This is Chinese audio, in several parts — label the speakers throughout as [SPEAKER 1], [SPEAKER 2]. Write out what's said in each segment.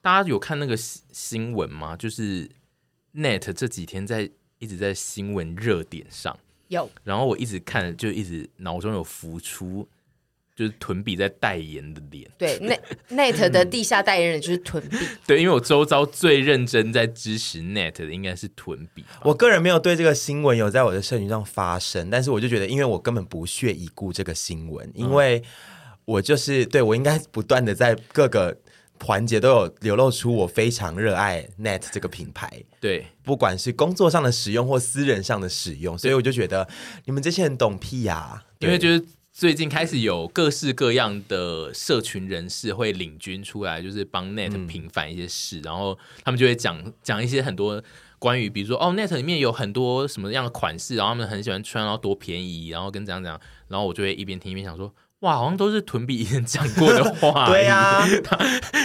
[SPEAKER 1] 大家有看那个新新闻吗？就是 Net 这几天在一直在新闻热点上，
[SPEAKER 2] 有
[SPEAKER 1] 然后我一直看，就一直脑中有浮出就是屯比在代言的脸。
[SPEAKER 2] 对 Net Net 的地下代言人就是屯比，
[SPEAKER 1] 对，因为我周遭最认真在支持 Net 的应该是屯比吧。
[SPEAKER 3] 我个人没有对这个新闻有在我的社群上发声，但是我就觉得，因为我根本不屑一顾这个新
[SPEAKER 1] 嗯
[SPEAKER 3] 闻，因为我就是对我应该不断的在各个环节都有流露出我非常热爱 Net 这个品牌。
[SPEAKER 1] 对，
[SPEAKER 3] 不管是工作上的使用或私人上的使用，所以我就觉得你们这些人懂屁呀、
[SPEAKER 1] 因为
[SPEAKER 3] 对
[SPEAKER 1] 就是最近开始有各式各样的社群人士会领军出来，就是帮
[SPEAKER 3] 嗯
[SPEAKER 1] Net 平反一些事，然后他们就会讲讲一些很多关于，比如说哦，Net 里面有很多什么样的款式，然后他们很喜欢穿，然后多便宜，然后跟怎样怎样，然后我就会一边听一边想说。哇，好像都是屯比以前讲过的话。
[SPEAKER 3] 对啊，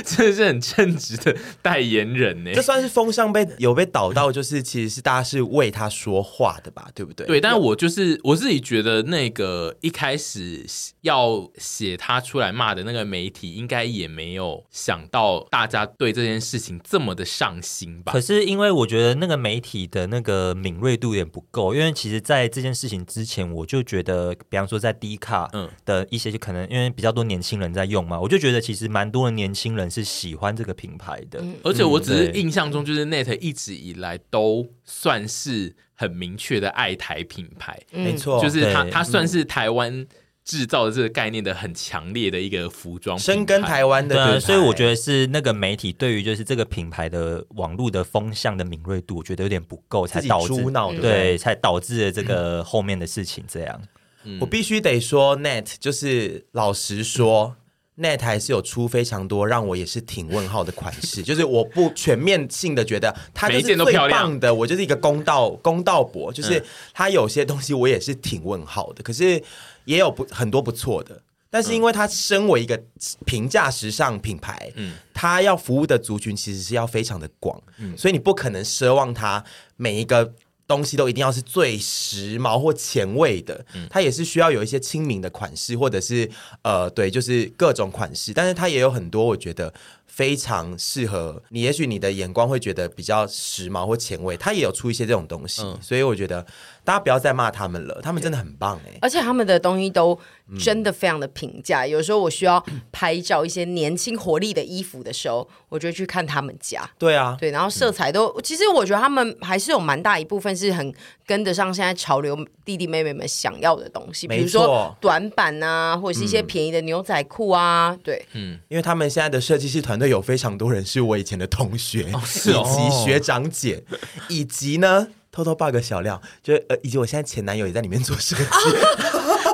[SPEAKER 1] 真的是很称职的代言人呢。欸
[SPEAKER 3] 这算是风向被有被导到，就是其实是大家是为他说话的吧，对不对？
[SPEAKER 1] 对，但是我就是我自己觉得，那个一开始要写他出来骂的那个媒体，应该也没有想到大家对这件事情这么的上心吧
[SPEAKER 4] 可？是因为我觉得那个媒体的那个敏锐度有点不够，因为其实，在这件事情之前，我就觉得，比方说在 D 卡
[SPEAKER 1] 嗯
[SPEAKER 4] 的一些，就可能因为比较多年轻人在用嘛，我就觉得其实蛮多的年轻人是喜欢这个品牌的。
[SPEAKER 1] 而且我只是
[SPEAKER 4] 嗯对
[SPEAKER 1] 印象中，就是 Net 一直以来都算是很明确的爱台品牌，
[SPEAKER 3] 嗯
[SPEAKER 2] 嗯
[SPEAKER 3] 没错，
[SPEAKER 1] 嗯就是它
[SPEAKER 4] 对
[SPEAKER 1] 它算是台湾制造的这个概念的很强烈的一个服装品牌
[SPEAKER 3] 深耕台湾的
[SPEAKER 4] 对啊，
[SPEAKER 3] 品牌，
[SPEAKER 4] 所以我觉得是那个媒体对于就是这个品牌的网络的风向的敏锐度，我觉得有点不够，才
[SPEAKER 3] 自己
[SPEAKER 4] 导致
[SPEAKER 3] 猪脑对不嗯对
[SPEAKER 4] 对，才导致了这个后面的事情这样。
[SPEAKER 1] 嗯
[SPEAKER 3] 我必须得说，Net 就是老实说，Net 还是有出非常多让我也是挺问号的款式，就是我不全面性的觉得它就
[SPEAKER 1] 每一
[SPEAKER 3] 是
[SPEAKER 1] 件都
[SPEAKER 3] 最
[SPEAKER 1] 漂亮
[SPEAKER 3] 棒的，我就是一个公道公道博，就是它有些东西我也是挺问号的，可是也有不很多不错的。但是因为它身为一个平价时尚品牌，嗯，它要服务的族群其实是要非常的广，所以你不可能奢望它每一个东西都一定要是最时髦或前卫的，它也是需要有一些亲民的款式，或者是呃，对，就是各种款式。但是它也有很多我觉得非常适合你，也许你的眼光会觉得比较时髦或前卫，它也有出一些这种东西，
[SPEAKER 1] 嗯
[SPEAKER 3] 所以我觉得大家不要再骂他们了，他们真的很棒哎、
[SPEAKER 2] 而且他们的东西都真的非常的平
[SPEAKER 3] 嗯
[SPEAKER 2] 价。有时候我需要拍照一些年轻活力的衣服的时候，我就会去看他们家。
[SPEAKER 3] 对啊，
[SPEAKER 2] 对，然后色彩都，
[SPEAKER 3] 嗯
[SPEAKER 2] 其实我觉得他们还是有蛮大一部分是很跟得上现在潮流弟弟妹妹们想要的东西，比
[SPEAKER 3] 没
[SPEAKER 2] 如
[SPEAKER 3] 错嗯
[SPEAKER 2] 说短版啊，或者是一些便宜的牛仔裤啊，对，
[SPEAKER 3] 因为他们现在的设计师团队有非常多人是我以前的同学，
[SPEAKER 1] 是哦
[SPEAKER 3] 以及学长姐，以及呢。偷偷爆个小料，就是呃，以及我现在前男友也在里面做设计，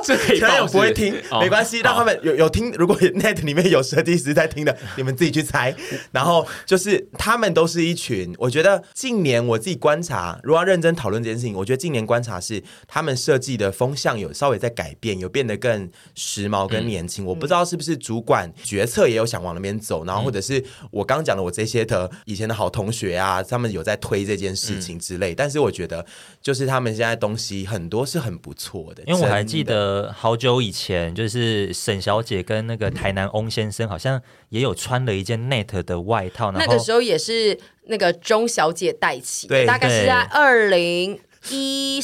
[SPEAKER 1] 这 可以
[SPEAKER 3] 前
[SPEAKER 1] 报
[SPEAKER 3] 男友
[SPEAKER 1] 是
[SPEAKER 3] 不会听，没关系，让
[SPEAKER 1] 哦
[SPEAKER 3] 他。
[SPEAKER 1] 好
[SPEAKER 3] 们有有听。如果 Net 里面有设计师在听的，你们自己去猜。然后就是他们都是一群，我觉得近年我自己观察，如果要认真讨论这件事情，我觉得近年观察是他们设计的风向有稍微在改变，有变得更时髦跟年轻。我不知道是不是主管决策也有想往那边走，然后或者是我刚讲的我这些的以前的好同学啊，他们有在推这件事情之类。但是我觉得就是他们现在东西很多是很不错的，
[SPEAKER 4] 因为我
[SPEAKER 3] 真
[SPEAKER 4] 还
[SPEAKER 3] 的
[SPEAKER 4] 记得好久以前，就是沈小姐跟那个台南翁先生好像也有穿了一件 Net 的外套，然
[SPEAKER 2] 那
[SPEAKER 4] 后
[SPEAKER 2] 个时候也是那个钟小姐带起的，
[SPEAKER 3] 对
[SPEAKER 2] 大概是
[SPEAKER 4] 对
[SPEAKER 2] 在二零一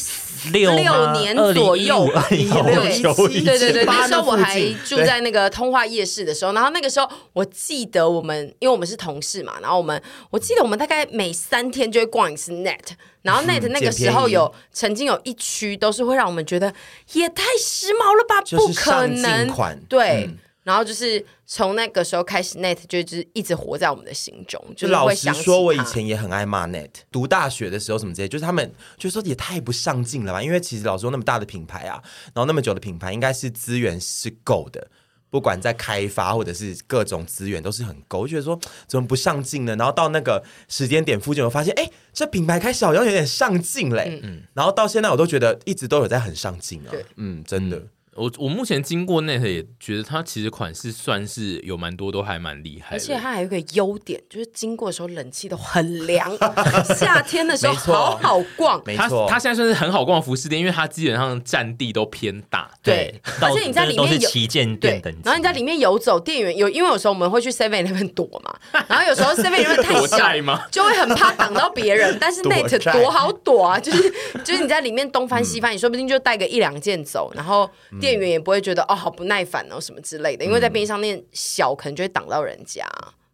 [SPEAKER 4] 六
[SPEAKER 2] 六
[SPEAKER 4] 吗
[SPEAKER 2] 年
[SPEAKER 4] 2015
[SPEAKER 2] 左 右，
[SPEAKER 4] 哎
[SPEAKER 3] 2016
[SPEAKER 2] 对对对对，
[SPEAKER 3] 18
[SPEAKER 2] 那时候我
[SPEAKER 3] 那附近
[SPEAKER 2] 还住在那个通化夜市的时候，然后那个时候我记得我们，因为我们是同事嘛，然后我们我记得我们大概每三天就会逛一次 Net，然
[SPEAKER 3] 嗯
[SPEAKER 2] 后 Net 那个时候有曾经有一区都是会让我们觉得也太时髦了吧，
[SPEAKER 3] 就是
[SPEAKER 2] 不可
[SPEAKER 3] 上
[SPEAKER 2] 能
[SPEAKER 3] 镜款，嗯
[SPEAKER 2] 对。然后就是从那个时候开始，Net 就是一直活在我们的心中，
[SPEAKER 3] 就是老
[SPEAKER 2] 会
[SPEAKER 3] 实
[SPEAKER 2] 想起
[SPEAKER 3] 说，我以
[SPEAKER 2] 它
[SPEAKER 3] 前也很爱骂 Net。读大学的时候什么之类，就是他们就说也太不上进了吧？因为其实老实说，那么大的品牌啊，然后那么久的品牌，应该是资源是够的，不管在开发或者是各种资源都是很够。我就觉得说怎么不上进呢？然后到那个时间点附近，我发现哎、这品牌开始好像有点上进嘞、嗯，然后到现在我都觉得一直都有在很上进啊
[SPEAKER 2] 对。
[SPEAKER 3] 嗯，真的。
[SPEAKER 1] 我我目前经过 Net 也觉得它其实款式算是有蛮多都还蛮厉害的，
[SPEAKER 2] 而
[SPEAKER 3] 哎
[SPEAKER 2] 且它还有一个优点，就是经过的时候冷气都很凉， 夏天的时候
[SPEAKER 3] 没错
[SPEAKER 2] 好好逛。
[SPEAKER 3] 没
[SPEAKER 1] 它
[SPEAKER 3] 错，
[SPEAKER 1] 它现在算是很好逛的服饰店，因为它基本上占地都偏大。
[SPEAKER 2] 对
[SPEAKER 4] 到
[SPEAKER 2] 而且你在里面
[SPEAKER 4] 都是
[SPEAKER 2] 有
[SPEAKER 4] 旗舰
[SPEAKER 2] 对
[SPEAKER 4] 店等级，，
[SPEAKER 2] 然后你在里面游走，店员有，因为有时候我们会去 Seven Eleven 躲嘛，然后有时候 Seven Eleven 太
[SPEAKER 1] 躲
[SPEAKER 2] 小
[SPEAKER 1] 债吗，
[SPEAKER 2] 就会很怕挡到别人。但是
[SPEAKER 3] 躲
[SPEAKER 2] Net
[SPEAKER 3] 债
[SPEAKER 2] 多好躲啊，就是就是你在里面东翻西翻，你说不定就带个一两件走，然后店员也不会觉得哦好不耐烦哦什么之类的，因为在便利商店小，可能就会挡到人家。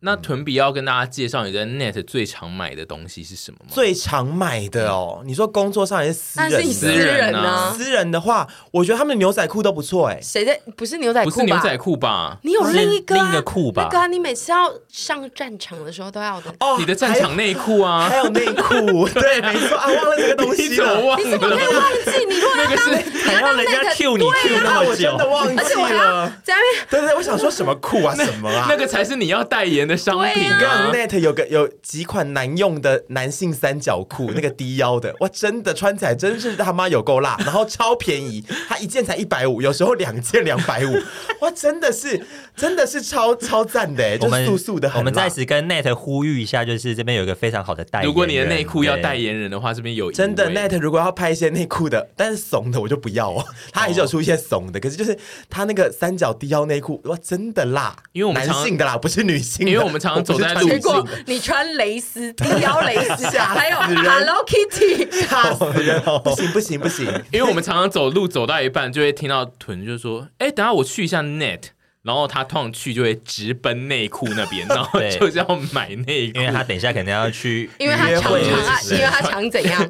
[SPEAKER 1] 那
[SPEAKER 3] 嗯
[SPEAKER 1] 屯比要跟大家介绍你在 Net 最常买的东西是什么吗？
[SPEAKER 3] 最常买的哦。你说工作上还是私
[SPEAKER 2] 但
[SPEAKER 3] 人的？啊
[SPEAKER 2] 是你私
[SPEAKER 1] 人
[SPEAKER 2] 人
[SPEAKER 1] 的
[SPEAKER 2] 呢？
[SPEAKER 3] 私人的话，我觉得他们的牛仔裤都不错哎、
[SPEAKER 2] 谁在？不是牛仔
[SPEAKER 1] 不
[SPEAKER 2] 裤
[SPEAKER 1] 是牛
[SPEAKER 2] 吧？
[SPEAKER 1] 仔裤吧？
[SPEAKER 2] 你有
[SPEAKER 4] 是
[SPEAKER 2] 另一个、啊、
[SPEAKER 4] 另一个裤吧
[SPEAKER 2] 那个啊，你每次要上战场的时候都要的。
[SPEAKER 3] 哦
[SPEAKER 1] 你的战场内裤啊
[SPEAKER 3] 还？有还有内裤，对，没错啊，忘了这个东
[SPEAKER 1] 你
[SPEAKER 3] 西
[SPEAKER 1] 怎么
[SPEAKER 3] 了，
[SPEAKER 1] 忘
[SPEAKER 2] 你怎么可以
[SPEAKER 1] 了？
[SPEAKER 2] 忘记？你如果要当，你
[SPEAKER 4] 还
[SPEAKER 2] 要当
[SPEAKER 4] 让人
[SPEAKER 2] 那
[SPEAKER 4] 家
[SPEAKER 2] 个
[SPEAKER 4] Q 你 Q
[SPEAKER 3] 啊，
[SPEAKER 4] 那
[SPEAKER 3] 我
[SPEAKER 4] 么
[SPEAKER 3] 真
[SPEAKER 4] 久
[SPEAKER 3] 的，忘
[SPEAKER 2] 而且
[SPEAKER 3] 记
[SPEAKER 2] 我还要
[SPEAKER 3] 了。
[SPEAKER 2] 在那
[SPEAKER 3] 对对对，我想说什么裤啊，什么啊？
[SPEAKER 1] 那个才是你要代言的商品
[SPEAKER 3] 我跟你
[SPEAKER 1] 啊
[SPEAKER 3] 讲！Net 有个有几款难用的男性三角裤，那个低腰的，哇，真的穿起来真是他妈有够辣，然后超便宜，它一件才一百五，有时候两件两百五，哇，真的是真的是超超赞的欸，
[SPEAKER 4] 我
[SPEAKER 3] 就
[SPEAKER 4] 们
[SPEAKER 3] 素素的很辣。
[SPEAKER 4] 我们在此跟 Net 呼吁一下，就是这边有一个非常好的代言人。
[SPEAKER 1] 如果你的内裤要代
[SPEAKER 4] 对
[SPEAKER 1] 言人的话，这边有一
[SPEAKER 3] 真的
[SPEAKER 1] 位
[SPEAKER 3] Net 如果要拍一些内裤的， 但是怂的我就不要哦，他还是有出一些怂的，可是就是他那个三角低腰内裤，哇，真的辣，
[SPEAKER 1] 因为我们
[SPEAKER 3] 男
[SPEAKER 1] 常
[SPEAKER 3] 性的啦，不是女性的，
[SPEAKER 1] 因为我们常常走在路
[SPEAKER 3] 我不
[SPEAKER 2] 结
[SPEAKER 3] 是
[SPEAKER 2] 果
[SPEAKER 3] 穿女性的
[SPEAKER 2] 你穿蕾丝、低腰蕾丝，
[SPEAKER 3] 吓
[SPEAKER 2] 还有
[SPEAKER 3] 死人
[SPEAKER 2] Hello Kitty，
[SPEAKER 3] 吓死 人，不行不行不行，
[SPEAKER 1] 因为我们常常走路走到一半，就会听到屯就说：“哎、等下我去一下 Net。”然后他通常去就会直奔内裤那边，然后
[SPEAKER 4] 对
[SPEAKER 1] 就是要买内裤
[SPEAKER 4] 因，为他等一下肯定要去
[SPEAKER 2] 因为他
[SPEAKER 3] 约
[SPEAKER 2] 常
[SPEAKER 3] 会
[SPEAKER 2] 常啊，
[SPEAKER 3] 是
[SPEAKER 2] 因为他常怎样？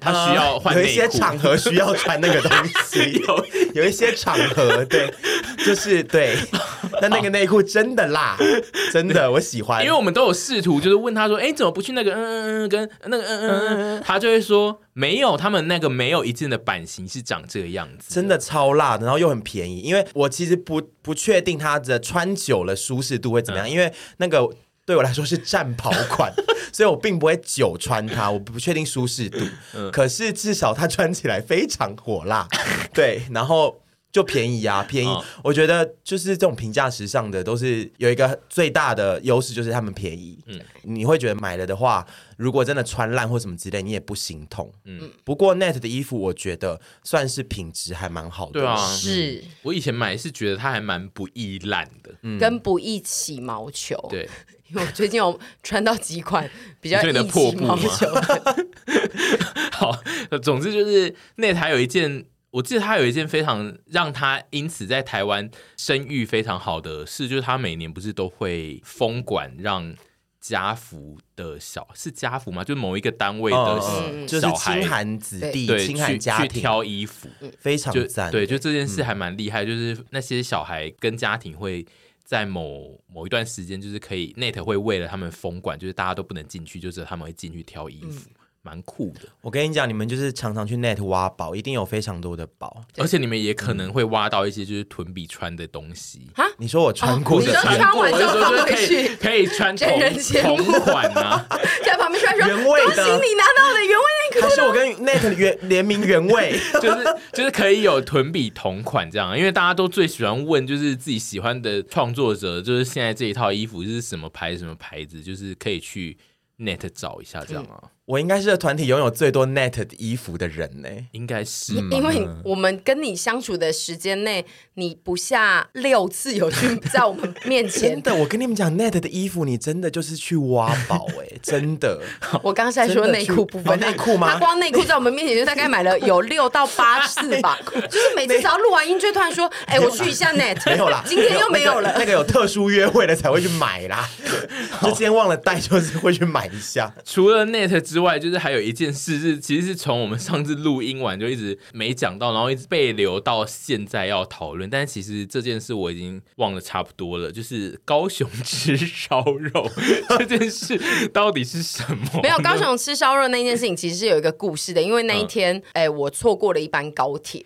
[SPEAKER 1] 他需要换
[SPEAKER 3] 有一
[SPEAKER 1] 内
[SPEAKER 3] 些
[SPEAKER 1] 裤。
[SPEAKER 3] 场合需要穿那个东 西，有有一些场合对，就是对，那那个内裤真的 辣，真的我喜欢，
[SPEAKER 1] 因为我们都有试图就是问他说：“哎、怎么不去那个嗯嗯嗯跟那个嗯嗯嗯嗯？”他就会说：“没有，他们那个没有一件的版型是长这个样子。”
[SPEAKER 3] 真的超辣的，然后又很便宜。因为我其实不不确定它的穿久了舒适度会怎么样，因为那个对我来说是战袍款，所以我并不会久穿它，我不确定舒适度。可是至少它穿起来非常火辣，对，然后。就便宜啊，便宜！
[SPEAKER 1] 嗯
[SPEAKER 3] 我觉得就是这种平价时尚的，都是有一个最大的优势，就是他们便宜。嗯，你会觉得买了的话，如果真的穿烂或什么之类，你也不心痛。嗯，不过 Net 的衣服，我觉得算是品质还蛮好的。嗯
[SPEAKER 1] 对啊，
[SPEAKER 2] 是
[SPEAKER 1] 我以前买是觉得它还蛮不易烂的，
[SPEAKER 2] 跟不易起毛球。，
[SPEAKER 1] 对，
[SPEAKER 2] 因为我最近有穿到几款比较
[SPEAKER 1] 你说你的
[SPEAKER 2] 易
[SPEAKER 1] 破
[SPEAKER 2] 起
[SPEAKER 1] 布
[SPEAKER 2] 毛
[SPEAKER 1] 吗
[SPEAKER 2] 球的，
[SPEAKER 1] 好，呃总之就是那台有一件，我记得他有一件非常让他因此在台湾声誉非常好的事，就是他每年不是都会封馆让家福的小是家福吗？就某一个单位的小,、
[SPEAKER 3] 嗯，就是
[SPEAKER 1] 孩
[SPEAKER 3] 清。寒子弟、
[SPEAKER 1] 对，
[SPEAKER 3] 清寒
[SPEAKER 1] 去
[SPEAKER 3] 家
[SPEAKER 1] 去
[SPEAKER 3] 庭，嗯
[SPEAKER 1] 挑衣服，
[SPEAKER 3] 非常
[SPEAKER 1] 就
[SPEAKER 3] 赞。嗯
[SPEAKER 1] 对，就这件事还蛮厉害，就是那些小孩跟家庭会在某某一段时间，就是可以 Net 会为了他们封馆，就是大家都不能进去，就是他们会进去挑衣服，
[SPEAKER 3] 嗯
[SPEAKER 1] 蛮酷的。
[SPEAKER 3] 我跟你讲，你们就是常常去 Net 挖宝，一定有非常多的宝。
[SPEAKER 1] 而且你们也可
[SPEAKER 3] 嗯
[SPEAKER 1] 能会挖到一些就是臀比穿的东西。
[SPEAKER 3] 你说我穿过
[SPEAKER 2] 哦
[SPEAKER 3] 的
[SPEAKER 2] 你说
[SPEAKER 3] 原
[SPEAKER 2] 穿完
[SPEAKER 1] 我就
[SPEAKER 2] 就
[SPEAKER 1] 说
[SPEAKER 2] 放
[SPEAKER 1] 就是
[SPEAKER 2] 回
[SPEAKER 1] 可以
[SPEAKER 2] 去
[SPEAKER 1] 可以穿同
[SPEAKER 2] 真人节目
[SPEAKER 1] 同款啊，
[SPEAKER 2] 在旁边突然说：“
[SPEAKER 3] 原味
[SPEAKER 2] 恭喜
[SPEAKER 3] 的
[SPEAKER 2] 你拿到了原味内
[SPEAKER 3] 还
[SPEAKER 2] 裤。
[SPEAKER 3] 是我跟 Net 原联名 原味？
[SPEAKER 1] 就是就是可以有臀比同款这样，因为大家都最喜欢问就是自己喜欢的创作者，就是现在这一套衣服是什么牌什么牌子，就是可以去 net 找一下这样啊，
[SPEAKER 3] 我应该是这团体拥有最多 Net 的衣服的人呢、
[SPEAKER 1] 应该是”吧
[SPEAKER 2] 因为我们跟你相处的时间内，你不下六次有去在我们面前
[SPEAKER 3] 真的，我跟你们讲，Net 的衣服你真的就是去挖宝 哎、真的。
[SPEAKER 2] 我刚才说内裤部分，
[SPEAKER 3] 真的去哦内裤吗
[SPEAKER 2] 他光内裤在我们面前就大概买 了有六到八次吧，就是每次只要录完音，就突然说：“哎，我去一下 net。”
[SPEAKER 3] 没有啦，
[SPEAKER 2] 今天又没有
[SPEAKER 3] 那个
[SPEAKER 2] 了
[SPEAKER 3] 那。个有特殊约会的才会去 买啦，就今天忘了带，就是会去买一下。
[SPEAKER 1] 除了 Net 之外，就是还有一件事是，其实是从我们上次录音完就一直没讲到，然后一直被留到现在要讨论。但是其实这件事我已经忘得差不多了，就是高雄吃烧肉 这件事到底是什么？
[SPEAKER 2] 没有高雄吃烧肉那件事情，其实是有一
[SPEAKER 3] 嗯
[SPEAKER 2] 个故事的，因为那一天，哎、我错过了一班高铁，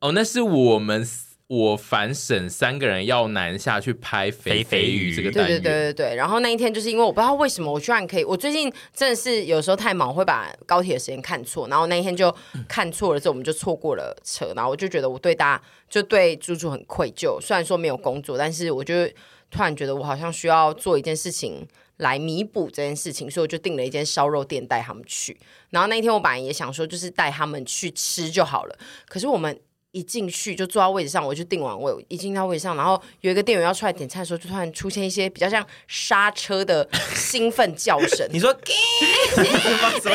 [SPEAKER 1] 哦，那是我们我反省三个人要南下去拍肥肥
[SPEAKER 4] 肥肥
[SPEAKER 1] 鱼
[SPEAKER 4] 鱼
[SPEAKER 1] 这个
[SPEAKER 2] 对
[SPEAKER 1] 单
[SPEAKER 2] 对
[SPEAKER 1] 元，
[SPEAKER 2] 对对对，然后那一天就是因为我不知道为什么，我居然可以，我最近真的是有时候太忙，会把高铁的时间看错，然后那一天就看错了之后，我们就错过了车，然后我就觉得我对大家就对猪猪很愧疚，虽然说没有工作，但是我就突然觉得我好像需要做一件事情来弥补这件事情，所以我就订了一间烧肉店带他们去，然后那一天我本来也想说就是带他们去吃就好了，可是我们。一进去就坐到位置上，我就订完位，我一进到位置上，然后有一个店员要出来点菜的时候，就突然出现一些比较像刹车的兴奋叫声，
[SPEAKER 3] 你说
[SPEAKER 2] 啊这样子，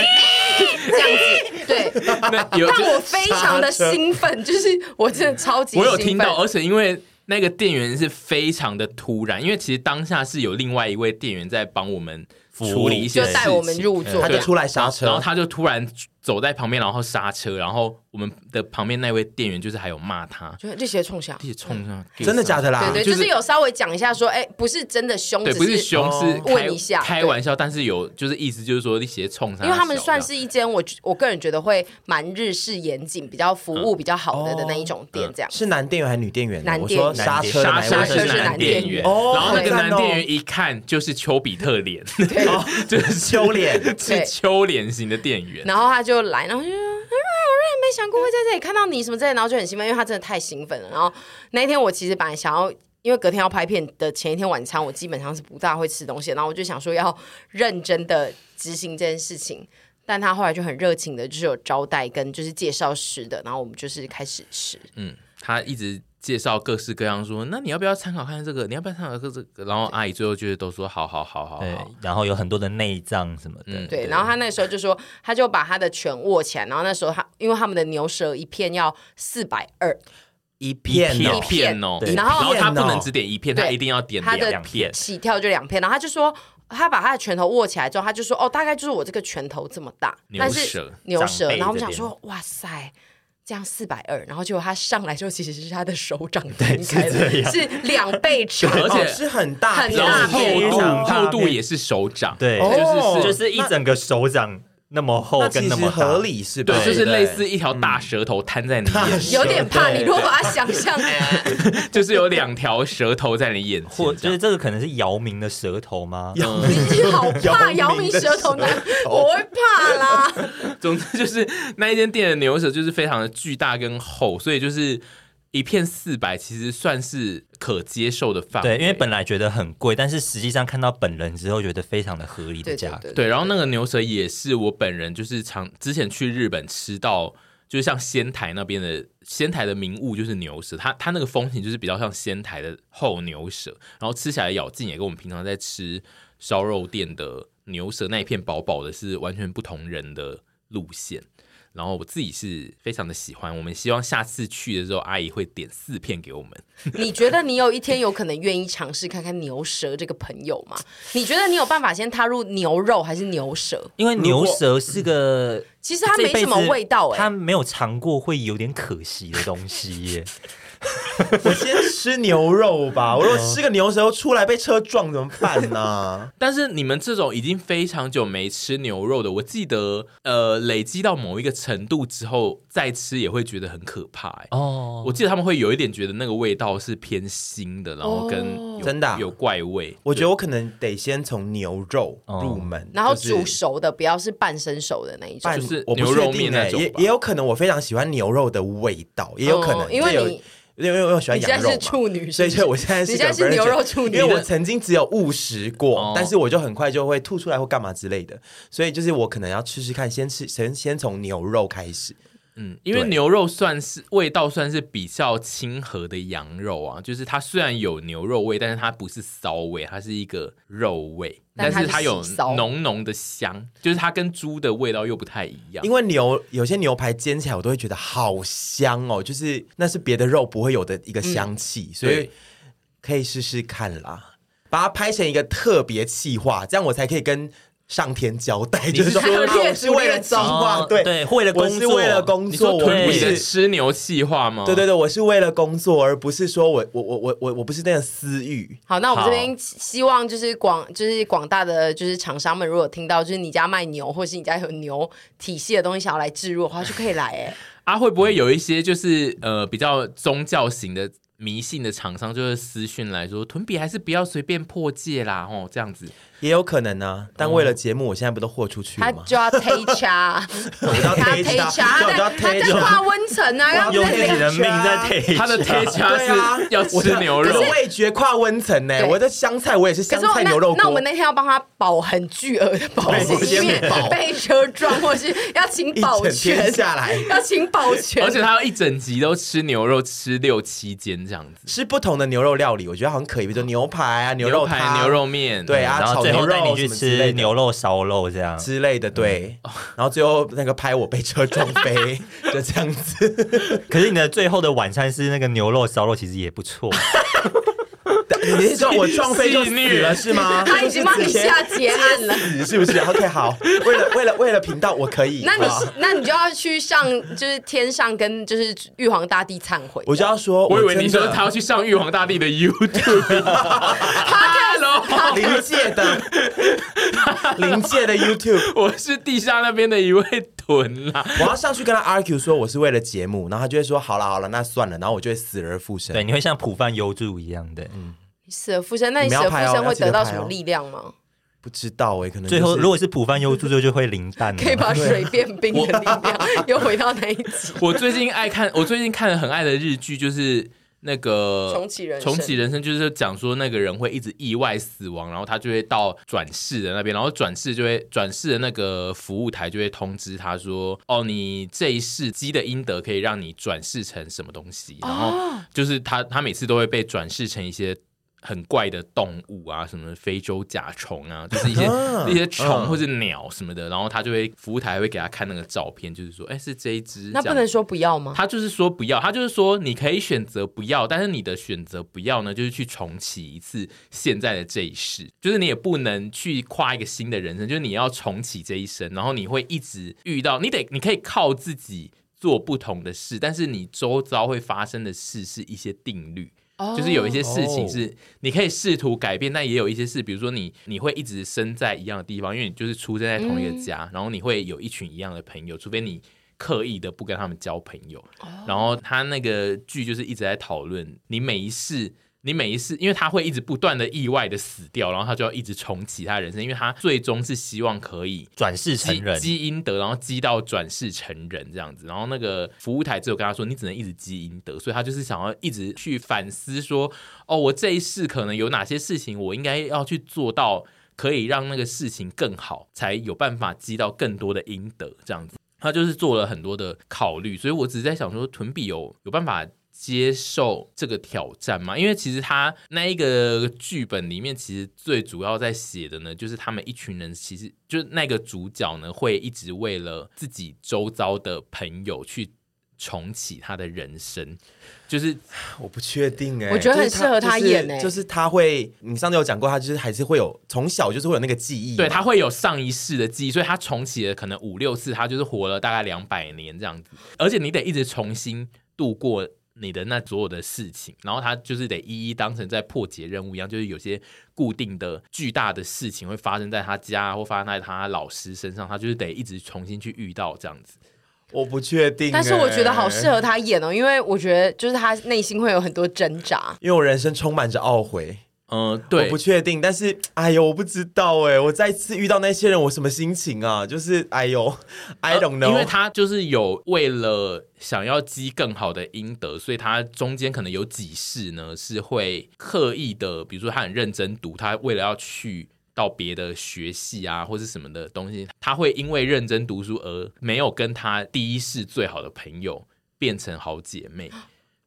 [SPEAKER 2] 对。
[SPEAKER 1] 那有
[SPEAKER 2] 但
[SPEAKER 1] 就
[SPEAKER 2] 我非常的兴奋，就是我真的超级
[SPEAKER 1] 我有
[SPEAKER 2] 兴
[SPEAKER 1] 听
[SPEAKER 2] 奋
[SPEAKER 1] 到，而且因为那个店员是非常的突然，因为其实当下是有另外一位店员在帮我们
[SPEAKER 4] 务
[SPEAKER 1] 处理一些
[SPEAKER 2] 就
[SPEAKER 1] 事情，
[SPEAKER 2] 带我们入座，这
[SPEAKER 3] 他就
[SPEAKER 2] 样
[SPEAKER 3] 出来刹
[SPEAKER 1] 然后
[SPEAKER 3] 车，
[SPEAKER 1] 他就突然走在旁边，然后刹车，然后我们的旁边那位店员就是还有骂他，
[SPEAKER 2] 就就直接冲下，
[SPEAKER 1] 一起冲上，
[SPEAKER 3] 真的假的啦？
[SPEAKER 2] 对对，
[SPEAKER 1] 就
[SPEAKER 2] 就是是有稍微讲一下说，哎，不是真的凶，
[SPEAKER 1] 对，
[SPEAKER 2] 只
[SPEAKER 1] 不是凶，
[SPEAKER 3] 哦
[SPEAKER 1] 是
[SPEAKER 2] 问
[SPEAKER 1] 开
[SPEAKER 2] 一下
[SPEAKER 1] 开
[SPEAKER 2] 对
[SPEAKER 1] 玩笑，但是有就是意思就是说一起冲上，
[SPEAKER 2] 因为他们算是一间我我个人觉得会蛮日式严谨、比较服务比较好的的那一种店，这样。
[SPEAKER 3] 是男店员还是女店员呢？
[SPEAKER 2] 男
[SPEAKER 3] 我
[SPEAKER 2] 店员
[SPEAKER 3] 说刹车的
[SPEAKER 1] 杀
[SPEAKER 3] 那一位
[SPEAKER 1] 杀
[SPEAKER 2] 杀车
[SPEAKER 1] 是
[SPEAKER 2] 是
[SPEAKER 1] 男
[SPEAKER 2] 男
[SPEAKER 1] 店
[SPEAKER 2] 店
[SPEAKER 1] 员，
[SPEAKER 2] 员
[SPEAKER 3] 哦
[SPEAKER 1] 然后那个
[SPEAKER 3] 好赞
[SPEAKER 1] 男
[SPEAKER 3] 哦
[SPEAKER 1] 店员一看就是丘比特脸，
[SPEAKER 2] 哦
[SPEAKER 1] 就
[SPEAKER 2] 对，
[SPEAKER 1] 是
[SPEAKER 3] 秋哦脸，
[SPEAKER 1] 是丘脸型的店员，
[SPEAKER 2] 然后他就来，然后就说：“啊，我也没想过会在这里看到你什么之类的。”然后就很兴奋，因为他真的太兴奋了。然后那一天我其实本来想要。因为隔天要拍片的前一天晚餐，我基本上是不大会吃东西，然后我就想说要认真的执行这件事情。但他后来就很热情的，就是有招待跟就是介绍吃的，然后我们就是开始吃。
[SPEAKER 1] 嗯，他一直介绍各式各样，说那你要不要参考看这个？你要不要参考看这个？然后阿姨最后就是都说好好好好
[SPEAKER 4] 对
[SPEAKER 1] 好，，
[SPEAKER 4] 然后有很多的内脏什么的，
[SPEAKER 2] 嗯对，然后他那时候就说，他就把他的拳握起来，然后那时候他因为他们的牛舌一片要四百二，
[SPEAKER 3] 一片
[SPEAKER 1] 一
[SPEAKER 3] 哦，
[SPEAKER 1] 片哦，
[SPEAKER 2] 对
[SPEAKER 1] 然后
[SPEAKER 3] 一片
[SPEAKER 1] 他
[SPEAKER 3] 哦
[SPEAKER 1] 不能只点一片，
[SPEAKER 2] 对
[SPEAKER 1] 他一定要点
[SPEAKER 2] 他的
[SPEAKER 1] 两片。
[SPEAKER 2] 起跳就两片，然后他就说。他把他的拳头握起来之后，他就说：“哦，大概就是我这个拳头这么大，
[SPEAKER 1] 牛
[SPEAKER 2] 但
[SPEAKER 1] 舌
[SPEAKER 2] 是牛
[SPEAKER 4] 长
[SPEAKER 2] 舌。”
[SPEAKER 4] 辈
[SPEAKER 2] 然后我们
[SPEAKER 4] 这
[SPEAKER 2] 想
[SPEAKER 4] 边
[SPEAKER 2] 说：“哇塞，这样四百二。”然后结果他上来之后，其实是他的手掌分开了，是两倍长，
[SPEAKER 1] 而且
[SPEAKER 3] 哦是很大
[SPEAKER 2] 很
[SPEAKER 3] 片，
[SPEAKER 1] 然后
[SPEAKER 2] 大
[SPEAKER 1] 厚
[SPEAKER 2] 片
[SPEAKER 3] 非常
[SPEAKER 1] 度
[SPEAKER 3] 大片
[SPEAKER 1] 厚度也是手掌，
[SPEAKER 4] 对
[SPEAKER 1] 就是
[SPEAKER 3] 哦
[SPEAKER 1] 是
[SPEAKER 4] 就是一整个手掌那么厚
[SPEAKER 3] 那
[SPEAKER 4] 跟
[SPEAKER 3] 其
[SPEAKER 4] 那
[SPEAKER 3] 实
[SPEAKER 4] 么大
[SPEAKER 3] 合。理是吧？
[SPEAKER 1] 对，就是类似
[SPEAKER 3] 对
[SPEAKER 1] 一条大舌头摊在你眼前，
[SPEAKER 2] 有点怕。
[SPEAKER 3] 对
[SPEAKER 2] 你如果把它想象，
[SPEAKER 1] 就是有两条舌头在你眼
[SPEAKER 4] 或
[SPEAKER 1] 前，
[SPEAKER 4] 就是这个可能是姚明的舌头吗？
[SPEAKER 2] 你好怕
[SPEAKER 3] 姚
[SPEAKER 2] 姚
[SPEAKER 3] 明
[SPEAKER 2] 明
[SPEAKER 3] 的
[SPEAKER 2] 舌头呢，我会怕啦。
[SPEAKER 1] 总之就是那一间店的牛舌就是非常的巨大跟厚，所以就是一片四百，其实算是可接受的范围。
[SPEAKER 4] 对，因为本来觉得很贵，但是实际上看到本人之后，觉得非常的合理的
[SPEAKER 2] 对
[SPEAKER 4] 价
[SPEAKER 2] 对
[SPEAKER 4] 格。
[SPEAKER 2] 对
[SPEAKER 1] 对，然后那个牛舌也是我本人就是常之前去日本吃到，就是像仙台那边的仙台的名物就是牛舌，它它那个风情就是比较像仙台的厚牛舌，然后吃起来咬劲也跟我们平常在吃烧肉店的牛舌那一片薄薄的是完全不同人的路线。然后我自己是非常的喜欢，我们希望下次去的时候，阿姨会点四片给我们。
[SPEAKER 2] 你觉得你有一天有可能愿意尝试看看牛舌这个朋友吗？你觉得你有办法先踏入牛肉还是牛舌？
[SPEAKER 4] 因为牛舌是个，
[SPEAKER 2] 其实它没什么
[SPEAKER 4] 这辈子
[SPEAKER 2] 味道哎
[SPEAKER 4] 它没有尝过会有点可惜的东西 耶。
[SPEAKER 3] 我先吃牛肉 吧，我如果吃个牛舌出来被车撞怎么办 呢？
[SPEAKER 1] 但是你们这种已经非常久没吃牛肉的，我记得呃，累积到某一个程度之后再吃也会觉得很可怕、欸。
[SPEAKER 4] 哦，
[SPEAKER 1] 我记得他们会有一点觉得那个味道是偏腥的，然后跟
[SPEAKER 2] 哦
[SPEAKER 1] 有
[SPEAKER 3] 真的啊
[SPEAKER 1] 有怪味。
[SPEAKER 3] 我觉得我可能得先从牛肉入门，
[SPEAKER 2] 然后
[SPEAKER 3] 就是
[SPEAKER 2] 煮熟的，不要是半生熟的那一种
[SPEAKER 3] 拌。
[SPEAKER 1] 就是
[SPEAKER 3] 我不
[SPEAKER 1] 牛肉
[SPEAKER 3] 确定
[SPEAKER 1] 面那
[SPEAKER 3] 欸
[SPEAKER 1] 种
[SPEAKER 3] 也
[SPEAKER 1] 吧
[SPEAKER 3] 也有可能我非常喜欢牛肉的味道，也有可能
[SPEAKER 2] 哦因为
[SPEAKER 3] 有
[SPEAKER 2] 你
[SPEAKER 3] 因为因为我喜欢
[SPEAKER 2] 你现
[SPEAKER 3] 羊
[SPEAKER 2] 在
[SPEAKER 3] 肉
[SPEAKER 2] 是
[SPEAKER 3] 嘛。
[SPEAKER 2] 处女，
[SPEAKER 3] 所以
[SPEAKER 2] 是
[SPEAKER 3] 就
[SPEAKER 2] 不
[SPEAKER 3] 我
[SPEAKER 2] 是
[SPEAKER 3] 现在是
[SPEAKER 2] 你现在是
[SPEAKER 3] conversion，
[SPEAKER 2] 牛肉处女
[SPEAKER 3] 因为我曾经只有误食过，
[SPEAKER 1] 哦
[SPEAKER 3] 但是我就很快就会吐出来或干嘛之类的，所以就是我可能要吃吃看，先吃先先从牛肉开始，
[SPEAKER 1] 嗯，因为
[SPEAKER 3] 对
[SPEAKER 1] 牛肉算是味道算是比较亲和的羊肉啊，就是它虽然有牛肉味，但是它不是骚味，它是一个肉味，但
[SPEAKER 2] 但它
[SPEAKER 1] 是
[SPEAKER 2] 是
[SPEAKER 1] 它有
[SPEAKER 2] 喜骚
[SPEAKER 1] 浓浓的香，就是它跟猪的味道又不太一样
[SPEAKER 3] 因。为牛有些牛排煎起来我都会觉得好香哦，就是那是别的肉不会有的一个香气，所以
[SPEAKER 1] 对
[SPEAKER 3] 可以试试看啦，把它拍成一个特别企划，这样我才可以跟上天交代，就是说
[SPEAKER 2] 说
[SPEAKER 3] 啊我是为了
[SPEAKER 2] 列
[SPEAKER 3] 计
[SPEAKER 2] 祖
[SPEAKER 3] 划，
[SPEAKER 4] 哦
[SPEAKER 3] 对
[SPEAKER 4] 对为了
[SPEAKER 3] 我
[SPEAKER 4] 工
[SPEAKER 3] 是
[SPEAKER 4] 作
[SPEAKER 3] 为了工
[SPEAKER 1] 你
[SPEAKER 3] 作，
[SPEAKER 1] 说
[SPEAKER 3] 我
[SPEAKER 1] 臀
[SPEAKER 3] 不
[SPEAKER 1] 比的
[SPEAKER 3] 是
[SPEAKER 1] 吃牛气话吗？
[SPEAKER 3] 对对对，我是为了工作，而不是说我我我我我我不是那个私欲。
[SPEAKER 2] 好，那我们这边希望就是广就是广大的就是厂商们，如 果有听到就是你家卖牛，或是你家有牛体系的东西想要来置入的话，就可以来哎、
[SPEAKER 1] 啊，会不会有一些就是呃比较宗教型的迷信的厂商，就是私讯来说，屯比还是不要随便破戒啦，哦，这 样子，
[SPEAKER 3] 也有可能啊。但为了节目，我现在不都豁出去
[SPEAKER 2] 他
[SPEAKER 3] 了吗？
[SPEAKER 2] 就要推 掐，
[SPEAKER 3] 我要
[SPEAKER 2] 他
[SPEAKER 3] 推
[SPEAKER 2] 推
[SPEAKER 3] 他，
[SPEAKER 2] 掐，
[SPEAKER 3] 我
[SPEAKER 2] 他
[SPEAKER 3] 要
[SPEAKER 2] 在
[SPEAKER 3] 推
[SPEAKER 2] 他在
[SPEAKER 3] 他。
[SPEAKER 2] 画温层啊，他
[SPEAKER 4] 用
[SPEAKER 2] 在
[SPEAKER 4] 自己的命在推
[SPEAKER 1] 他的 贴掐
[SPEAKER 3] 对啊
[SPEAKER 1] 是要
[SPEAKER 3] 我
[SPEAKER 1] 吃
[SPEAKER 3] 的
[SPEAKER 1] 牛
[SPEAKER 3] 可
[SPEAKER 1] 肉
[SPEAKER 3] 是，味觉跨温层呢
[SPEAKER 2] 对，
[SPEAKER 3] 我的香菜我也是
[SPEAKER 2] 可
[SPEAKER 3] 香
[SPEAKER 2] 是我
[SPEAKER 3] 菜
[SPEAKER 2] 那
[SPEAKER 3] 牛肉锅。
[SPEAKER 2] 那我们那天要帮他保很巨额的保
[SPEAKER 3] 对
[SPEAKER 2] 险，以
[SPEAKER 3] 先
[SPEAKER 2] 免
[SPEAKER 3] 保
[SPEAKER 2] 被车撞，或是要请
[SPEAKER 3] 一
[SPEAKER 2] 保
[SPEAKER 3] 整
[SPEAKER 2] 全
[SPEAKER 3] 天下来
[SPEAKER 2] 要请保全。
[SPEAKER 1] 而且他要一整集都吃牛肉，吃六七间这样子，
[SPEAKER 3] 吃不同的牛肉料理，我觉得好像可以，比如说牛排啊、牛肉
[SPEAKER 1] 排、
[SPEAKER 3] 汤、
[SPEAKER 1] 牛肉面，
[SPEAKER 3] 对啊
[SPEAKER 4] 然后最
[SPEAKER 3] 炒
[SPEAKER 4] 后
[SPEAKER 3] 牛肉
[SPEAKER 4] 带你去
[SPEAKER 3] 什么之类
[SPEAKER 4] 吃
[SPEAKER 3] 的
[SPEAKER 4] 牛肉烧肉这样。
[SPEAKER 3] 之类的，对。然后最后那个拍我被车撞飞，就这样子。
[SPEAKER 4] 可是你的最后的晚餐是那个牛肉烧肉，其实也 不错。
[SPEAKER 3] 你是说我撞飞就
[SPEAKER 1] 戏
[SPEAKER 3] 死
[SPEAKER 1] 虐
[SPEAKER 3] 了是吗？
[SPEAKER 2] 他已经帮你下结案了。
[SPEAKER 3] 死是不是？OK，好，为了为了为了频道，我可以。
[SPEAKER 2] 那你
[SPEAKER 3] 好不好
[SPEAKER 2] 那你就要去上，就是天上跟就是玉皇大帝忏悔。
[SPEAKER 3] 我就要说，
[SPEAKER 1] 我以为你
[SPEAKER 3] 真
[SPEAKER 1] 说
[SPEAKER 3] 的
[SPEAKER 1] 他要去上玉皇大帝的 YouTube，Hello，
[SPEAKER 3] 啊临界的临界的 YouTube，
[SPEAKER 1] 我是地下那边的一位屯啦，
[SPEAKER 3] 我要上去跟他 argue 说我是为了节目，然后他就会说好了好了，那算了，然后我就会死而复生。
[SPEAKER 4] 对，你会像普饭优助一样的。
[SPEAKER 3] 嗯
[SPEAKER 2] 你死而复生，那你
[SPEAKER 3] 你
[SPEAKER 2] 死
[SPEAKER 3] 们
[SPEAKER 2] 而复
[SPEAKER 3] 要拍哦
[SPEAKER 2] 生会
[SPEAKER 3] 要记得
[SPEAKER 2] 得到
[SPEAKER 3] 拍
[SPEAKER 2] 什么
[SPEAKER 3] 哦
[SPEAKER 2] 力量吗？
[SPEAKER 3] 不知道哎、可能
[SPEAKER 4] 最后，
[SPEAKER 3] 就是
[SPEAKER 4] 如果是普饭优助，就就会零蛋了。
[SPEAKER 2] 可以把水变冰的力
[SPEAKER 3] 啊
[SPEAKER 2] 量， 又回到那 一集。
[SPEAKER 1] 我最近爱看，我最近看了很爱的日剧，就是那个
[SPEAKER 2] 重启人生
[SPEAKER 1] 重启人生就是讲说那个人会一直意外死亡，然后他就会到转世的那边，然后转世就会转世的那个服务台就会通知他说，哦，你这一世积的阴德可以让你转世成什么东西，然后
[SPEAKER 2] 哦
[SPEAKER 1] 就是他他每次都会被转世成一些。很怪的动物啊，什么非洲甲虫啊，就是一些一
[SPEAKER 2] 嗯
[SPEAKER 1] 些虫或者鸟什么的，然后他就会服务台会给他看那个照片，就是说，哎、是这一只，这
[SPEAKER 2] 那不
[SPEAKER 1] 样
[SPEAKER 2] 能说不要吗？
[SPEAKER 1] 他就是说不要，他就是说你可以选择不要，但是你的选择不要呢，就是去重启一次现在的这一世，就是你也不能去跨一个新的人生，就是你要重启这一生，然后你会一直遇到，你得你可以靠自己做不同的事，但是你周遭会发生的事是一些定律。
[SPEAKER 2] 哦
[SPEAKER 1] 就是有一些事情是你可以试图改变，但也有一些事，比如说你你会一直生在一样的地方，因为你就是出生在同
[SPEAKER 2] 嗯
[SPEAKER 1] 一个家，然后你会有一群一样的朋友，除非你刻意的不跟他们交朋友。
[SPEAKER 2] 哦
[SPEAKER 1] 然后他那个剧就是一直在讨论你每一世。你每一次，因为他会一直不断的意外的死掉，然后他就要一直重启他的人生，因为他最终是希望可以
[SPEAKER 4] 转世成
[SPEAKER 1] 积
[SPEAKER 4] 人，
[SPEAKER 1] 积阴德，然后积到转世成人这样子。然后那个服务台只有跟他说，你只能一直积阴德，所以他就是想要一直去反思说，哦，我这一世可能有哪些事情，我应该要去做到，可以让那个事情更好，才有办法积到更多的阴德这样子。他就是做了很多的考虑，所以我只是在想说，屯比有有办法接受这个挑战吗？因为其实他那一个剧本里面，其实最主要在写的呢，就是他们一群人，其实就是那个主角呢，会一直为了自己周遭的朋友去重启他的人生，就是
[SPEAKER 3] 我不确定哎、
[SPEAKER 2] 我觉得很适合他演
[SPEAKER 3] 呢、
[SPEAKER 2] 欸
[SPEAKER 3] 就是他会，你上次有讲过，他就是还是会有从小就是会有那个记忆嘛，啊
[SPEAKER 1] 对他会有上一世的记忆，所以他重启了可能五六次，他就是活了大概两百年这样子，而且你得一直重新度过。你的那所有的事情，然后他就是得一一当成在破解任务一样，就是有些固定的巨大的事情会发生在他家或发生在他老师身上，他就是得一直重新去遇到这样子。
[SPEAKER 3] 我不确定欸、
[SPEAKER 2] 哦但是我觉得好适合他演哦，因为我觉得就是他内心会有很多挣扎。
[SPEAKER 3] 因为我人生充满着懊悔，
[SPEAKER 1] 嗯、
[SPEAKER 3] 我
[SPEAKER 1] 对
[SPEAKER 3] 不，确定，但是哎呦，我不知道哎、我再次遇到那些人，我什么心情啊？就是哎呦，I don't
[SPEAKER 2] 呃
[SPEAKER 3] know，、
[SPEAKER 1] 因为他就是有为了想要积更好的阴德，所以他中间可能有几世呢是会刻意的，比如说他很认真读，他为了要去到别的学系啊或是什么的东西，他会因为认真读书而没有跟他第一世最好的朋友变成好姐妹，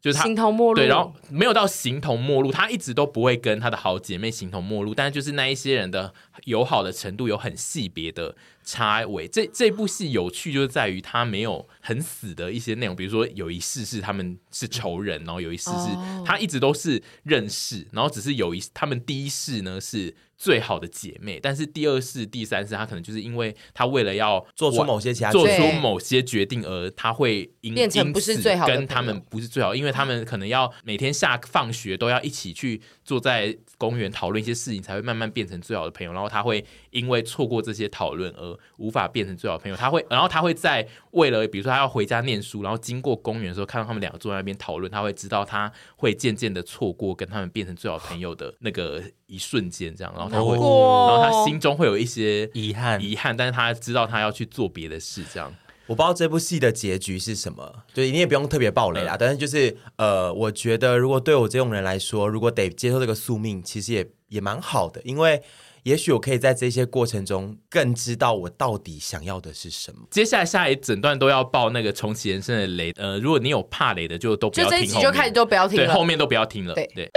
[SPEAKER 1] 就是他
[SPEAKER 2] 形同陌路。
[SPEAKER 1] 对，然后没有到形同陌路，她一直都不会跟她的好姐妹形同陌路，但是就是那一些人的友好的程度有很细别的差尾。这这部戏有趣就是在于它没有很死的一些内容，比如说有一世是他们是仇人，然后有一世是
[SPEAKER 2] 哦
[SPEAKER 1] 她一直都是认识，然后只是有一他们第一世呢是。最好的姐妹，但是第二世、第三世，她可能就是因为她为了要
[SPEAKER 3] 做出某些其他
[SPEAKER 1] 做
[SPEAKER 3] 决
[SPEAKER 1] 出
[SPEAKER 2] 对
[SPEAKER 1] 某些决定，而她会因
[SPEAKER 2] 变成
[SPEAKER 1] 因
[SPEAKER 2] 不是
[SPEAKER 1] 此
[SPEAKER 2] 最好的
[SPEAKER 1] 跟他
[SPEAKER 2] 朋友嗯
[SPEAKER 1] 们不是最好，因为他们可能要每天下放学都要一起去坐在公园讨论一些事情，才会慢慢变成最好的朋友。然后他会因为错过这些讨论而无法变成最好的朋友。他会，然后他会在为了比如说他要回家念书，然后经过公园的时候看到他们两个坐在那边讨论，他会知道他会渐渐的错过跟他们变成最好朋友的那个一瞬间，这样，然后他会，
[SPEAKER 2] 哦
[SPEAKER 1] 然后他心中会有一些
[SPEAKER 4] 遗憾
[SPEAKER 1] 遗憾，但是他知道他要去做别的事，这样。
[SPEAKER 3] 我不知道这部戏的结局是什么，就是你也不用特别暴雷啦。但是就是呃，我觉得如果对我这种人来说，如果得接受这个宿命，其实也也蛮好的，因为也许我可以在这些过程中更知道我到底想要的是什么。
[SPEAKER 1] 接下来下一整段都要爆那个重启人生的雷，呃，如果你有怕雷的，就都不
[SPEAKER 2] 就
[SPEAKER 1] 要听
[SPEAKER 2] 这
[SPEAKER 1] 后
[SPEAKER 2] 一
[SPEAKER 1] 面，
[SPEAKER 2] 集就开始都不要听
[SPEAKER 1] 对，
[SPEAKER 2] 了
[SPEAKER 1] 后。面都不要听了，
[SPEAKER 2] 对
[SPEAKER 1] 对。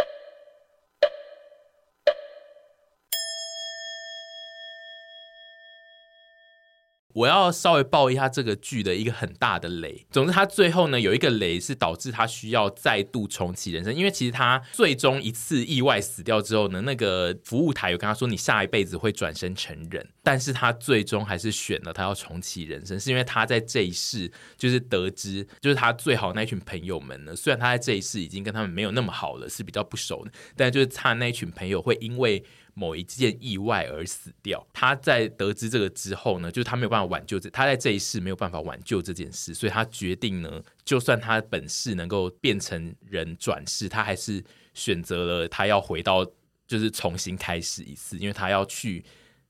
[SPEAKER 1] 我要稍微爆一下这个剧的一个很大的雷。总之，他最后呢有一个雷是导致他需要再度重启人生，因为其实他最终一次意外死掉之后呢，那个服务台有跟他说你下一辈子会转身成人，但是他最终还是选了他要重启人生，是因为他在这一世就是得知，就是他最好的那一群朋友们呢，虽然他在这一世已经跟他们没有那么好了，是比较不熟的，但就是他那一群朋友会因为某一件意外而死掉。他在得知这个之后呢，就是他没有办法挽救这，他在这一世没有办法挽救这件事，所以他决定呢，就算他本世能够变成人转世，他还是选择了他要回到，就是重新开始一次，因为他要去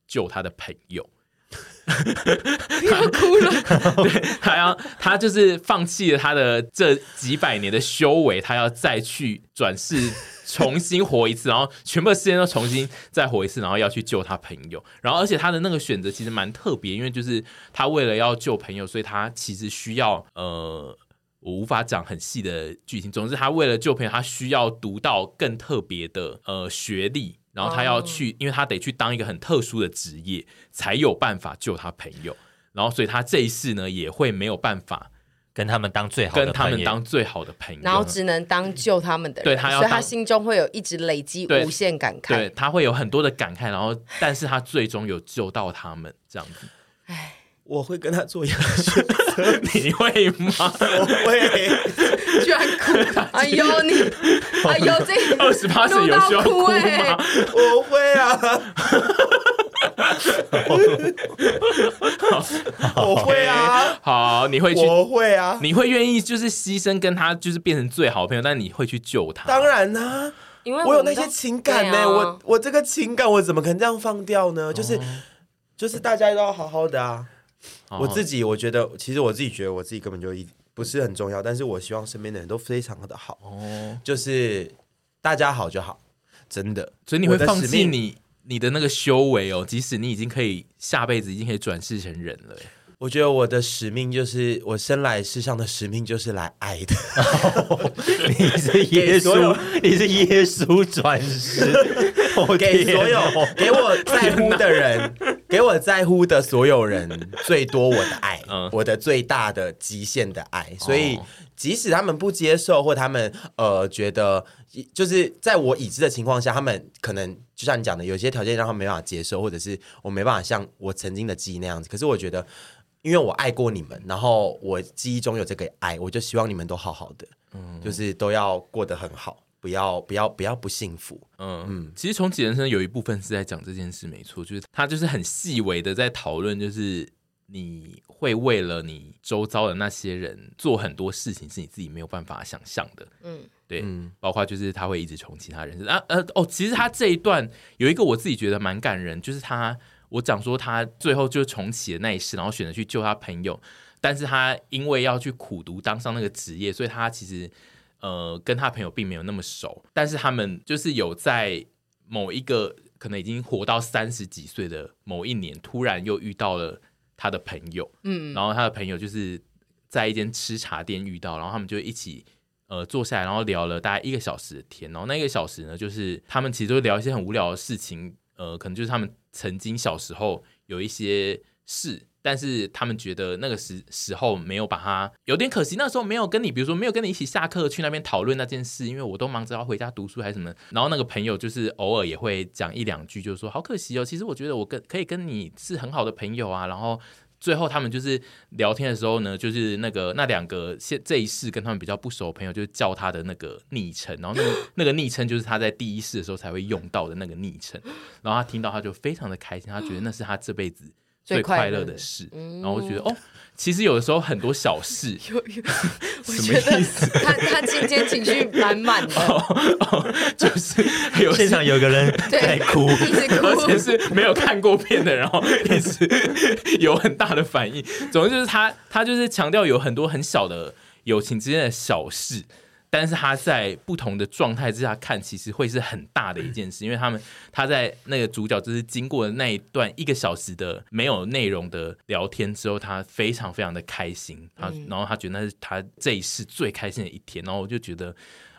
[SPEAKER 1] 救他的朋友。
[SPEAKER 2] 不要哭了，
[SPEAKER 1] 他要他就是放弃了他的这几百年的修为，他要再去转世，重新活一次，然后全部的时间都重新再活一次，然后要去救他朋友。然后而且他的那个选择其实蛮特别，因为就是他为了要救朋友，所以他其实需要呃。我无法讲很细的剧情，总之他为了救朋友，他需要读到更特别的呃学历，然后他要去，因为他得去当一个很特殊的职业，才有办法救他朋友。然后所以他这一世呢也会没有办法
[SPEAKER 4] 跟他们当最好的
[SPEAKER 1] 跟他
[SPEAKER 4] 朋
[SPEAKER 1] 们
[SPEAKER 4] 友
[SPEAKER 1] 当最好的朋友，
[SPEAKER 2] 然后只能当救他们的人，
[SPEAKER 1] 对他要
[SPEAKER 2] 所以他
[SPEAKER 1] 当
[SPEAKER 2] 心中会有一直累积
[SPEAKER 1] 对
[SPEAKER 2] 无限感
[SPEAKER 1] 对
[SPEAKER 2] 慨。
[SPEAKER 1] 他会有很多的感慨，然后但是他最终有救到他们这样 子，
[SPEAKER 3] 我会啊跟他做一样的选择，
[SPEAKER 1] 你会吗？
[SPEAKER 3] 我会。
[SPEAKER 2] 居然哭， 哎呦你，哎呦这
[SPEAKER 1] 二十八岁有需要哭
[SPEAKER 2] 录到哭
[SPEAKER 1] 吗
[SPEAKER 2] 欸？
[SPEAKER 3] 我会啊，我会啊，
[SPEAKER 1] 好，你会去，
[SPEAKER 3] 我会啊，
[SPEAKER 1] 你会愿意就是牺牲跟他就是变成最好的朋友，但你会去救他。
[SPEAKER 3] 当然啊啦、
[SPEAKER 2] 因为
[SPEAKER 3] 我有
[SPEAKER 2] 们
[SPEAKER 3] 那
[SPEAKER 2] 都
[SPEAKER 3] 些情感呢、
[SPEAKER 2] 对啊
[SPEAKER 3] 我我这个情感我怎么可能这样放掉呢？就是、就是大家都要好好的啊。
[SPEAKER 1] 哦，
[SPEAKER 3] 我自己我觉得，其实我自己觉得我自己根本就一不是很重要，但是我希望身边的人都非常的好，
[SPEAKER 1] 哦，
[SPEAKER 3] 就是大家好就好，真的。
[SPEAKER 1] 所以你会
[SPEAKER 3] 我的
[SPEAKER 1] 放
[SPEAKER 3] 使
[SPEAKER 1] 弃
[SPEAKER 3] 命
[SPEAKER 1] 你你的那个修为哦，即使你已经可以下辈子已经可以转世成人了欸。
[SPEAKER 3] 我觉得我的使命就是，我生来世上的使命就是来爱的。
[SPEAKER 4] 你是耶
[SPEAKER 3] 给所有
[SPEAKER 4] 稣，你是耶稣 转世，我
[SPEAKER 3] 给
[SPEAKER 4] 天
[SPEAKER 3] 所有
[SPEAKER 4] 哦
[SPEAKER 3] 给我在乎的人，给我在乎的所有人，最多我的爱，
[SPEAKER 1] 嗯
[SPEAKER 3] 我的最大的极限的爱。所以
[SPEAKER 1] 哦，
[SPEAKER 3] 即使他们不接受，或他们呃觉得，就是在我已知的情况下，他们可能就像你讲的，有些条件让他们没办法接受，或者是我没办法像我曾经的记忆那样子。可是我觉得。因为我爱过你们，然后我记忆中有这个爱，我就希望你们都好好的，
[SPEAKER 1] 嗯
[SPEAKER 3] 就是都要过得很好，不要不要不要不幸福。
[SPEAKER 1] 嗯，其实重启人生有一部分是在讲这件事，没错，就是他就是很细微的在讨论，就是你会为了你周遭的那些人做很多事情是你自己没有办法想象的，嗯
[SPEAKER 2] 嗯，
[SPEAKER 1] 对，包括就是他会一直重启他人生啊呃哦，其实他这一段有一个我自己觉得蛮感人，就是他我讲说他最后就重启了那一世，然后选择去救他朋友，但是他因为要去苦读当上那个职业，所以他其实呃跟他朋友并没有那么熟，但是他们就是有在某一个可能已经活到三十几岁的某一年，突然又遇到了他的朋友，嗯，然后他的朋友就是在一间吃茶店遇到，然后他们就一起。呃，坐下来，然后聊了大概一个小时的天，然后那一个小时呢，就是他们其实都聊一些很无聊的事情，呃，可能就是他们曾经小时候有一些事，但是他们觉得那个时时候没有把它有点可惜，那时候没有跟你，比如说没有跟你一起下课去那边讨论那件事，因为我都忙着要回家读书还是什么。然后那个朋友就是偶尔也会讲一两句，就是说好可惜哦，其实我觉得我跟可以跟你是很好的朋友啊，然后。最后他们就是聊天的时候呢，就是那个那两个现这一世跟他们比较不熟的朋友，就叫他的那个昵称，然后那个那个昵称就是他在第一世的时候才会用到的那个昵称，然后他听到他就非常的开心，他觉得那是他这辈子。
[SPEAKER 2] 最
[SPEAKER 1] 最
[SPEAKER 2] 快
[SPEAKER 1] 快
[SPEAKER 2] 乐
[SPEAKER 1] 乐
[SPEAKER 2] 的
[SPEAKER 1] 的事，然后我觉得哦，其实有的时候很多小事，
[SPEAKER 2] 有有，我
[SPEAKER 1] 什
[SPEAKER 2] 觉
[SPEAKER 1] 么
[SPEAKER 2] 得
[SPEAKER 1] 意思哦
[SPEAKER 2] 他他今天情绪满满 的，
[SPEAKER 1] 就是 有
[SPEAKER 4] 现场有个人
[SPEAKER 2] 对
[SPEAKER 4] 在哭，
[SPEAKER 2] 一直
[SPEAKER 1] 而
[SPEAKER 2] 哭
[SPEAKER 1] 且。是没有看过片的，然后一直 有很大的反应。总之就是他，他就是强调有很多很小的友情之间的小事，但是他在不同的状态之下看，其实会是很大的一件事，因为他们他在那个主角就是经过的那一段一个小时的没有内容的聊天之后，他非常非常的开心，他然后他觉得那是他这一世最开心的一天，然后我就觉得。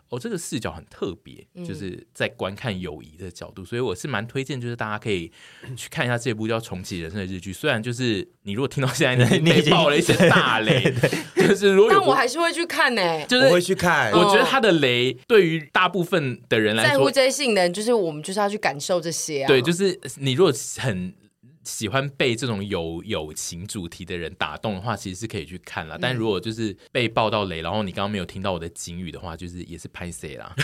[SPEAKER 1] 哦，这个视角很特别，就是在观看友谊的角度，所以我是蛮推荐，就是大家可以去看一下这部叫《重启人生》的日剧。虽然就是你如果听到现在你
[SPEAKER 4] 你已
[SPEAKER 1] 被
[SPEAKER 4] 经
[SPEAKER 1] 爆了一些大雷，就是如果有
[SPEAKER 2] 但
[SPEAKER 1] 不
[SPEAKER 2] 我还是会去看欸呢、
[SPEAKER 1] 就
[SPEAKER 3] 我会
[SPEAKER 1] 是哦
[SPEAKER 3] 去看。
[SPEAKER 1] 我觉得他的雷对于大部分的人来
[SPEAKER 2] 哦在乎
[SPEAKER 1] 说，
[SPEAKER 2] 这些性能，就是我们就是要去感受这些啊。
[SPEAKER 1] 对，就是你如果很喜欢被这种友友情主题的人打动的话，其实是可以去看啦。但
[SPEAKER 2] 嗯
[SPEAKER 1] 如果就是被爆到雷，然后你刚刚没有听到我的警语的话，就是也是拍谁啦。